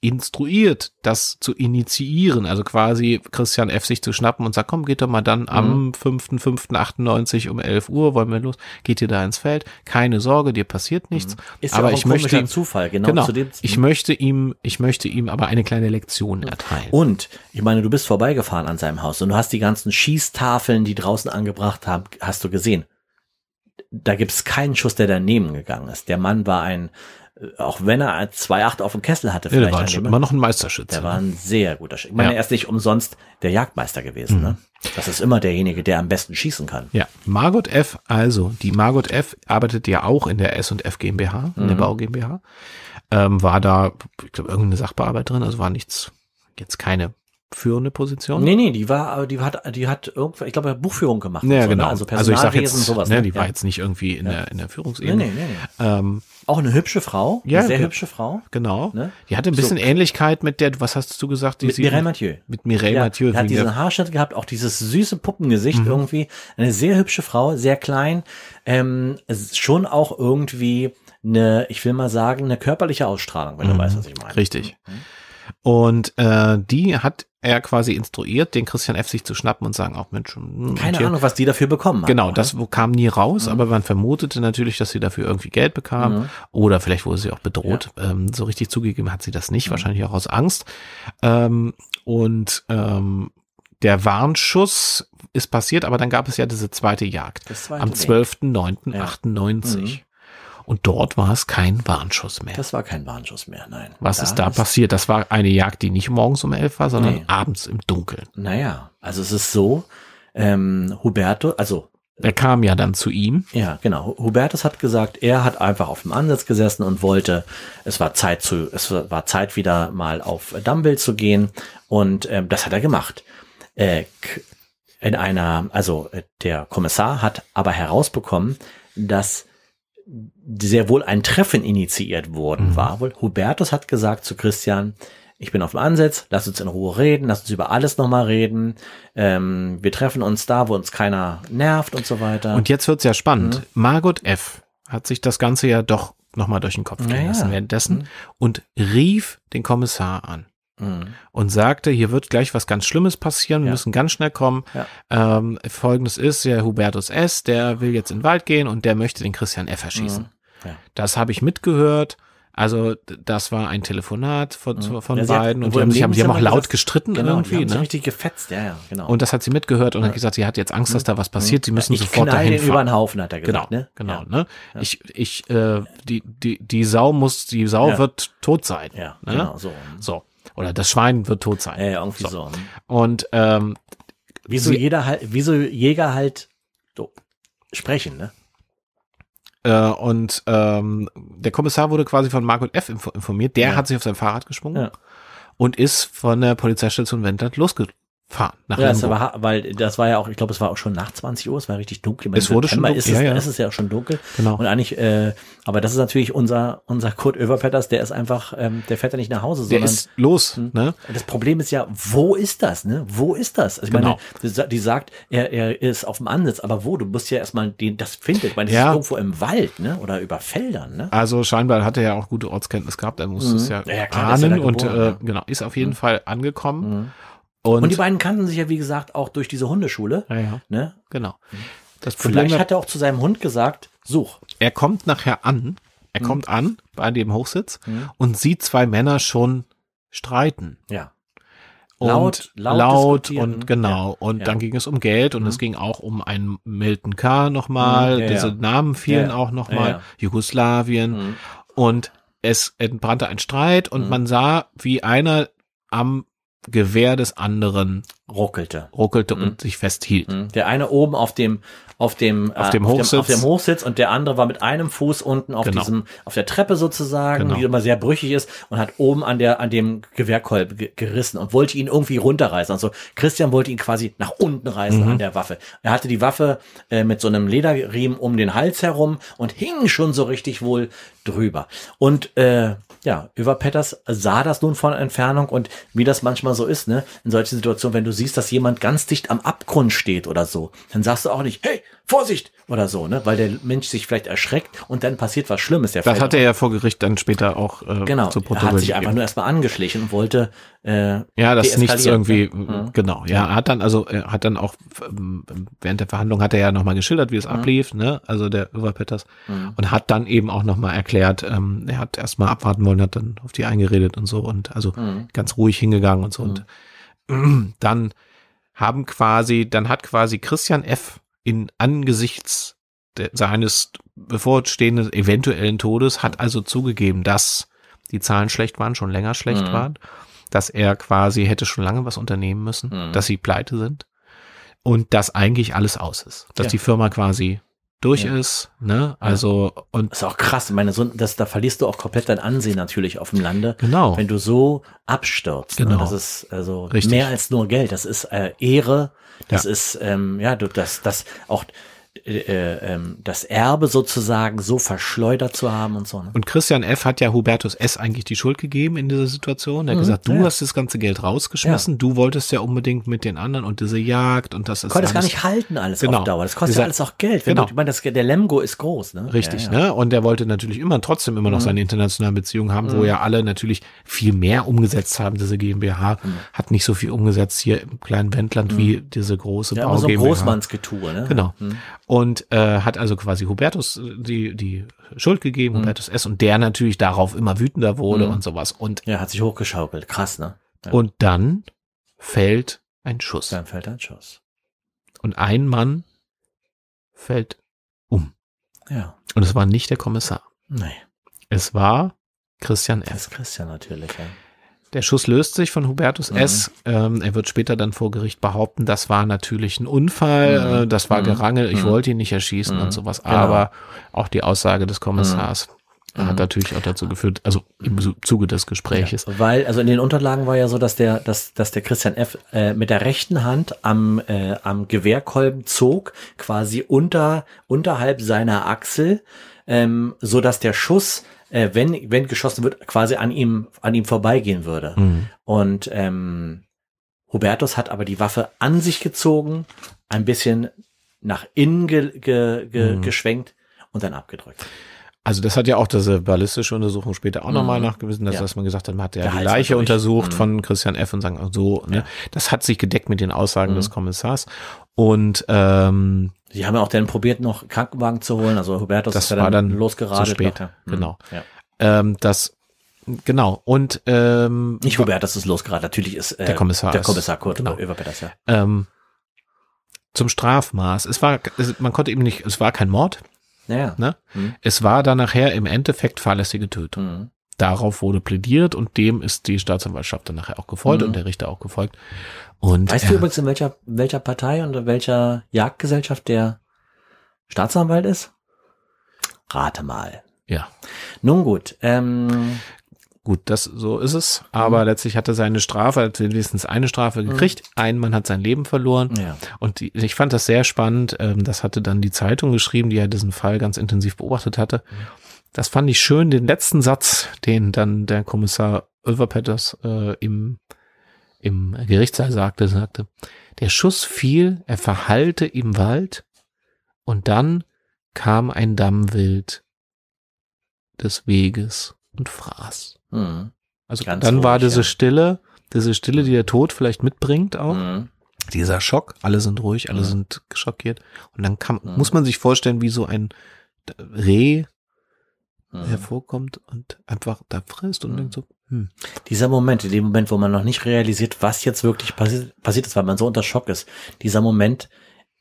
instruiert, das zu initiieren, also quasi Christian F. sich zu schnappen und sagt, komm, geht doch mal dann am Mhm. 5.5.98 um 11 Uhr, wollen wir los, geht ihr da ins Feld, keine Sorge, dir passiert nichts, Mhm. Ist aber ja auch ich ein möchte komischer ihm, Zufall, genau, genau, zu dem ich möchte ihm, ich möchte ihm aber eine kleine Lektion Mhm. erteilen. Und ich meine, du bist vorbeigefahren an seinem Haus und du hast die ganzen Schießtafeln, die draußen angebracht haben, hast du gesehen. Da gibt's keinen Schuss, der daneben gegangen ist. Der Mann war ein, äh, auch wenn er ein 2,8 auf dem Kessel hatte, Ja, der vielleicht war an schon dem- immer noch ein Meisterschütze. der war ein sehr guter Schütze. Ich meine, Ja. er ist nicht umsonst der Jagdmeister gewesen. Ne? Das ist immer derjenige, der am besten schießen kann. ja, Margot F., also die Margot F. arbeitet ja auch in der S&F GmbH, in der Bau GmbH, ähm, war da, ich glaube, irgendeine Sachbearbeiterin, also war nichts, jetzt keine führende Position. Nee, nee, die war, aber die hat, die hat irgendwie, ich glaube, er hat Buchführung gemacht. und Ja, so, ne? genau. Also ich sag Personalwesen, jetzt, sowas. ne, ne? die war ja. jetzt nicht irgendwie in der, in der nee, Führungsebene. nee, nee, nee. Ähm, Auch eine hübsche Frau, Ja, eine sehr ja. hübsche Frau. genau. Ne? Die hatte ein bisschen Ähnlichkeit mit der, was hast du gesagt? Die Mit sie- Mireille Mathieu. Mit Mireille Mathieu. Mhm. hat wegen der- diesen Haarschnitt gehabt, auch dieses süße Puppengesicht irgendwie. Eine sehr hübsche Frau, sehr klein. Ähm, es ist schon auch irgendwie eine, ich will mal sagen, eine körperliche Ausstrahlung, wenn du weißt, was ich meine. Mhm. Richtig. Mhm. Und äh, die hat er quasi instruiert, den Christian F. sich zu schnappen und sagen, auch Mensch, hm, und Keine hier- Ahnung, was die dafür bekommen haben. Genau, das wo- kam nie Mhm. raus, aber man vermutete natürlich, dass sie dafür irgendwie Geld bekam oder vielleicht wurde sie auch bedroht. Ähm, so richtig zugegeben hat sie das nicht, wahrscheinlich auch aus Angst. Ähm, und ähm, der Warnschuss ist passiert, aber dann gab es ja diese zweite Jagd Das zweite am Mhm. Ding. 12.09.98. Und dort war es kein Warnschuss mehr. Das war kein Warnschuss mehr, nein. Was ist da passiert? Das war eine Jagd, die nicht morgens um elf war, sondern Nee. abends im Dunkeln. Naja, also es ist so, ähm, Huberto, also Er kam ja dann zu ihm. Ja, genau. Hubertus hat gesagt, er hat einfach auf dem Ansatz gesessen und wollte, es war Zeit zu, es war Zeit wieder mal auf Dumble zu gehen und ähm, das hat er gemacht. Äh, in einer, also äh, der Kommissar hat aber herausbekommen, dass sehr wohl ein Treffen initiiert worden Mhm. war. Wohl Hubertus hat gesagt zu Christian, ich bin auf dem Ansatz, lass uns in Ruhe reden, lass uns über alles nochmal reden. Ähm, wir treffen uns da, wo uns keiner nervt und so weiter. Und jetzt wird's ja spannend. Mhm. Margot F. hat sich das Ganze ja doch nochmal durch den Kopf gehen Naja. lassen währenddessen Mhm. und rief den Kommissar an Mhm. und sagte, hier wird gleich was ganz Schlimmes passieren, wir Ja. müssen ganz schnell kommen. Ja. Ähm, Folgendes ist, der Hubertus S., der will jetzt in den Wald gehen und der möchte den Christian F. erschießen. Mhm. Ja. Das habe ich mitgehört. Also d- das war ein Telefonat von, von Mhm. Ja, sie hat- beiden und die wohl haben, im sich, haben, die haben auch Nebenzimmer laut gesagt- gestritten Genau, die irgendwie. haben sich Ne? richtig gefetzt, ja, ja, genau. Und das hat sie mitgehört und hat gesagt, sie hat jetzt Angst, dass da was passiert, sie müssen Mhm. ich sofort knall dahin den über fahren. den Haufen, hat er Genau, gesagt, ne? genau. Ja. Ne? Ich, ich, äh, die, die, die Sau muss, die Sau Ja. wird tot sein. Ja, ne? genau, so. So. Oder das Schwein wird tot sein. Ja, ja, irgendwie so. Und ähm, Wieso Sie- jeder halt, wieso Jäger halt so sprechen, ne? Äh, und ähm, der Kommissar wurde quasi von Margot F. info- informiert. Der Ja. hat sich auf sein Fahrrad geschwungen Ja. und ist von der Polizeistation Wendland losgefahren. Nach Ja, das Limburg. war, ha- weil das war ja auch, ich glaube, es war auch schon nach 20 Uhr, es war richtig dunkel. Im Es wurde schon September dunkel, ist es, ja, ja. Es ist ja schon dunkel. Genau. Und eigentlich, äh, aber das ist natürlich unser, unser Kurt Oeverpetters, der ist einfach, ähm, der fährt ja nicht nach Hause, der sondern ist los. Hm. Ne? Das Problem ist ja, wo ist das, ne? Wo ist das? Also ich Genau. meine, die sa- die sagt, er, er ist auf dem Ansitz, aber wo? Du musst ja erstmal den, das findet. Ich meine, das Ja. ist irgendwo im Wald, ne? Oder über Feldern, ne? Also scheinbar hat er ja auch gute Ortskenntnis gehabt. Er musste es ja, Mhm. Ja, ja, klar, ist ja ahnen da und geboren, äh, ja. Mhm. genau ist auf jeden Fall angekommen. Und, Und die beiden kannten sich ja, wie gesagt, auch durch diese Hundeschule, ja, ja, ne? genau. Das Problem Vielleicht war- hat er auch zu seinem Hund gesagt, such. er kommt nachher an, er Mhm. kommt an bei dem Hochsitz und sieht zwei Männer schon streiten. Ja. Und Laut- laut laut diskutieren. und genau. Und ja. dann ging es um Geld und es ging auch um einen Milton K. nochmal. Mhm, ja, Diese ja. Namen fielen Ja, ja. auch nochmal. Ja, Mhm. ja. Jugoslawien. Und es entbrannte ein Streit Mhm. und man sah, wie einer am Gewehr des anderen Ruckelte. ruckelte und sich festhielt. Mhm. Der eine oben auf dem auf dem äh, Auf dem Hochsitz. auf dem Hochsitz und der andere war mit einem Fuß unten auf Genau. diesem auf der Treppe sozusagen, Genau. die immer sehr brüchig ist und hat oben an der an dem Gewehrkolb ge gerissen und wollte ihn irgendwie runterreißen. Also Christian wollte ihn quasi nach unten reißen Mhm. an der Waffe. Er hatte die Waffe äh, mit so einem Lederriemen um den Hals herum und hing schon so richtig wohl drüber. Und äh, ja, über Petters sah das nun von Entfernung und wie das manchmal so ist, ne, in solchen Situationen, wenn du siehst, dass jemand ganz dicht am Abgrund steht oder so, dann sagst du auch nicht, hey, Vorsicht oder so, ne, weil der Mensch sich vielleicht erschreckt und dann passiert was Schlimmes. Der Das fällt hat er ja vor Gericht dann später auch äh, Genau, zu er Protokoll hat sich gegeben. einfach nur erstmal angeschlichen und wollte äh, Ja, das deeskalieren, nichts irgendwie, ne? Mhm. genau. Ja, er hat dann, also er hat dann auch ähm, während der Verhandlung hat er ja nochmal geschildert, wie es ablief, ne? Also der Överpetters. Und hat dann eben auch nochmal erklärt, ähm, er hat erstmal abwarten wollen, hat dann auf die eingeredet und so und also Hm. ganz ruhig hingegangen und so. Und Mhm. ähm, dann haben quasi, dann hat quasi Christian F. in angesichts de, seines bevorstehenden eventuellen Todes hat also zugegeben, dass die Zahlen schlecht waren, schon länger schlecht Mhm. waren, dass er quasi hätte schon lange was unternehmen müssen, Mhm. dass sie pleite sind und dass eigentlich alles aus ist, dass Ja. die Firma quasi durch Ja. ist, ne? Also und Ist auch krass, ich meine, so, das, da verlierst du auch komplett dein Ansehen natürlich auf dem Lande. genau. Wenn du so abstürzt, Genau. ne? das ist also Richtig. mehr als nur Geld, das ist äh, Ehre, das Ja. ist ähm, ja du, das, das auch äh, äh, ähm, das Erbe sozusagen so verschleudert zu haben und so. Ne? Und Christian F. hat ja Hubertus S. eigentlich die Schuld gegeben in dieser Situation. Er hat gesagt, du Mhm. ja. hast das ganze Geld rausgeschmissen, du wolltest ja unbedingt mit den anderen und diese Jagd und das ist Du konntest gar alles- nicht halten alles Genau. auf Dauer. Das kostet ja Dieser- alles auch Geld. Wenn Genau. du, ich meine, das, der Lemgo ist groß, ne? Richtig, ja, Mhm. ja. ne? Und er wollte natürlich immer trotzdem immer noch seine internationalen Beziehungen haben, Mhm. wo ja alle natürlich viel mehr umgesetzt haben. Diese GmbH Mhm. hat nicht so viel umgesetzt hier im kleinen Wendland wie diese große Ja, Bau immer so ein GmbH. Großmannsgetue, ne? Genau. Und äh, hat also quasi Hubertus äh, die, die Schuld Mhm. gegeben, Hubertus S. Und der natürlich darauf immer wütender wurde und sowas. Und, Ja, hat sich hochgeschaukelt. Krass, ne? Ja. und dann fällt ein Schuss. Dann fällt ein Schuss. Und ein Mann fällt um. Ja. Und es war nicht der Kommissar. Nee. Es war Christian F. Das ist Christian natürlich, ja. Der Schuss löst sich von Hubertus S. Ähm, er wird später dann vor Gericht behaupten, das war natürlich ein Unfall, äh, das war Gerangel, ich wollte ihn nicht erschießen und sowas. Aber auch die Aussage des Kommissars hat natürlich auch dazu geführt, also im Su- Zuge des Gespräches. Weil, also in den Unterlagen war ja so, dass der, dass, dass der Christian F. Äh, mit der rechten Hand am, äh, am Gewehrkolben zog, quasi unter, unterhalb seiner Achsel, ähm, so dass der Schuss, äh, wenn, wenn geschossen wird, quasi an ihm, an ihm vorbeigehen würde. Mhm. Und ähm, Hubertus hat aber die Waffe an sich gezogen, ein bisschen nach innen ge, ge, ge, Mhm. geschwenkt und dann abgedrückt. Also das hat ja auch diese ballistische Untersuchung später auch Mhm. nochmal nachgewiesen, dass, Ja. dass man gesagt hat, man hat ja Der die Hals Leiche war durch. untersucht Mhm. von Christian F. und sagen, ach so, ne? Ja. das hat sich gedeckt mit den Aussagen Mhm. des Kommissars. Und ähm, Sie haben ja auch dann probiert, noch Krankenwagen zu holen. Also Hubertus Das ist ja war dann, dann losgeradet. zu spät, Ja. Mhm. genau. Ja. ähm, das, genau, und ähm, Nicht Hubertus ist losgeradet. Natürlich ist äh, Der Kommissar Der ist- Kommissar Kurt genau. genau. Überpetters, ja. ähm, zum Strafmaß, es war, es, man konnte eben nicht, es war kein Mord, Naja. ne? Mhm. es war dann nachher im Endeffekt fahrlässige Tötung. Mhm. Darauf wurde plädiert und dem ist die Staatsanwaltschaft dann nachher auch gefolgt Mhm. und der Richter auch gefolgt. Und äh, Weißt du er- übrigens, in welcher, welcher Partei und in welcher Jagdgesellschaft der Staatsanwalt ist? Rate mal. ja. Nun gut, ähm, Gut, das so ist es. Aber letztlich hat er seine Strafe, hat wenigstens eine Strafe gekriegt. Ein Mann hat sein Leben verloren. ja. Und die, ich fand das sehr spannend. Ähm, das hatte dann die Zeitung geschrieben, die ja diesen Fall ganz intensiv beobachtet hatte. Das fand ich schön, den letzten Satz, den dann der Kommissar Overpetters äh, im, im Gerichtssaal sagte, sagte, der Schuss fiel, er verhallte im Wald und dann kam ein Dammwild des Weges und fraß. Mhm. Also Ganz dann war ruhig, diese ja. Stille, diese Stille, die der Tod vielleicht mitbringt auch. Mhm. Dieser Schock, alle sind ruhig, alle Mhm. sind schockiert. Und dann kann, Mhm. muss man sich vorstellen, wie so ein Reh Mhm. hervorkommt und einfach da frisst und Mhm. denkt so, hm. Dieser Moment, in dem Moment, wo man noch nicht realisiert, was jetzt wirklich passi passiert ist, weil man so unter Schock ist. Dieser Moment,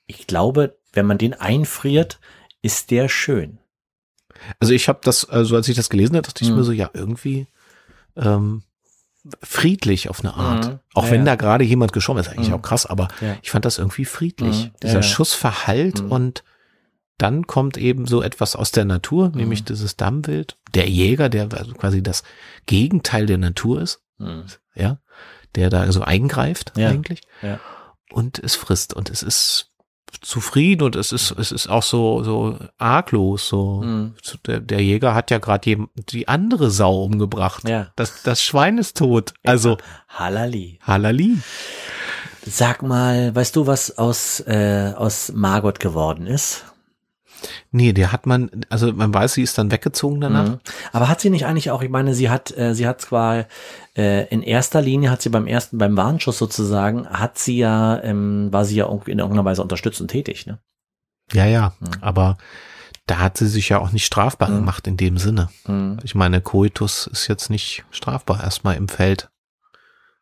ich glaube, wenn man den einfriert, ist der schön. Also ich habe das, also als ich das gelesen habe, dachte ich Mhm. mir so, ja, irgendwie ähm, friedlich auf eine Art. Mhm. Auch Ja, wenn ja. da gerade jemand geschoben ist, eigentlich Mhm. auch krass, aber Ja. ich fand das irgendwie friedlich. Mhm. Ja, Dieser ja. Schuss verhallt Mhm. und dann kommt eben so etwas aus der Natur, Mhm. nämlich dieses Dammwild. Der Jäger, der also quasi das Gegenteil der Natur ist, Mhm. ja, der da so eingreift Ja. eigentlich. Ja. Und es frisst und es ist zufrieden und es ist, es ist auch so, so arglos, so. Mhm. So, Der, der Jäger hat ja gerade die andere Sau umgebracht. Ja. Das, das Schwein ist tot. Also, Halali. halali. Sag mal, weißt du, was aus, äh, aus Margot geworden ist? Nee, der hat man, also man weiß, sie ist dann weggezogen danach. Mhm. Aber hat sie nicht eigentlich auch, ich meine, sie hat, äh, sie hat zwar äh, in erster Linie hat sie beim ersten, beim Warnschuss sozusagen, hat sie ja, ähm, war sie ja irgendwie in irgendeiner Weise unterstützt und tätig, ne? Ja, ja, Mhm. aber da hat sie sich ja auch nicht strafbar Mhm. gemacht in dem Sinne. Mhm. Ich meine, Coitus ist jetzt nicht strafbar erstmal im Feld.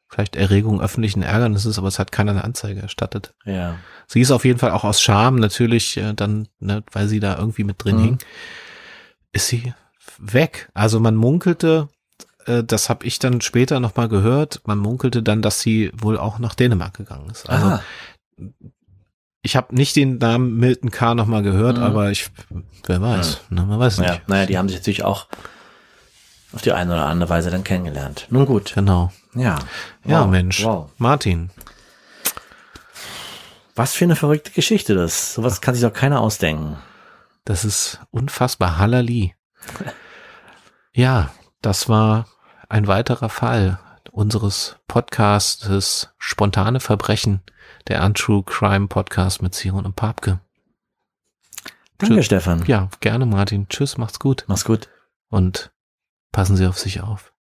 Vielleicht Erregung öffentlichen Ärgernisses, aber es hat keiner eine Anzeige erstattet. Ja. Sie ist auf jeden Fall auch aus Scham natürlich äh, dann, ne, weil sie da irgendwie mit drin Mhm. hing, ist sie weg. Also man munkelte, äh, das habe ich dann später nochmal gehört, man munkelte dann, dass sie wohl auch nach Dänemark gegangen ist. Also Aha. ich habe nicht den Namen Milton K. nochmal gehört, Mhm. aber ich, wer weiß, ne, man weiß nicht. Ja, naja, die haben sich natürlich auch auf die eine oder andere Weise dann kennengelernt. Nun gut. Genau. Ja. ja, Wow. Mensch. Wow. Martin. Was für eine verrückte Geschichte das. Sowas kann sich doch keiner ausdenken. Das ist unfassbar. Halali. ja, das war ein weiterer Fall unseres Podcastes Spontane Verbrechen, der Untrue Crime Podcast mit Siron und Papke. Danke, Tschüss. Stefan. Ja, gerne, Martin. Tschüss, macht's gut. Mach's gut. Und passen Sie auf sich auf.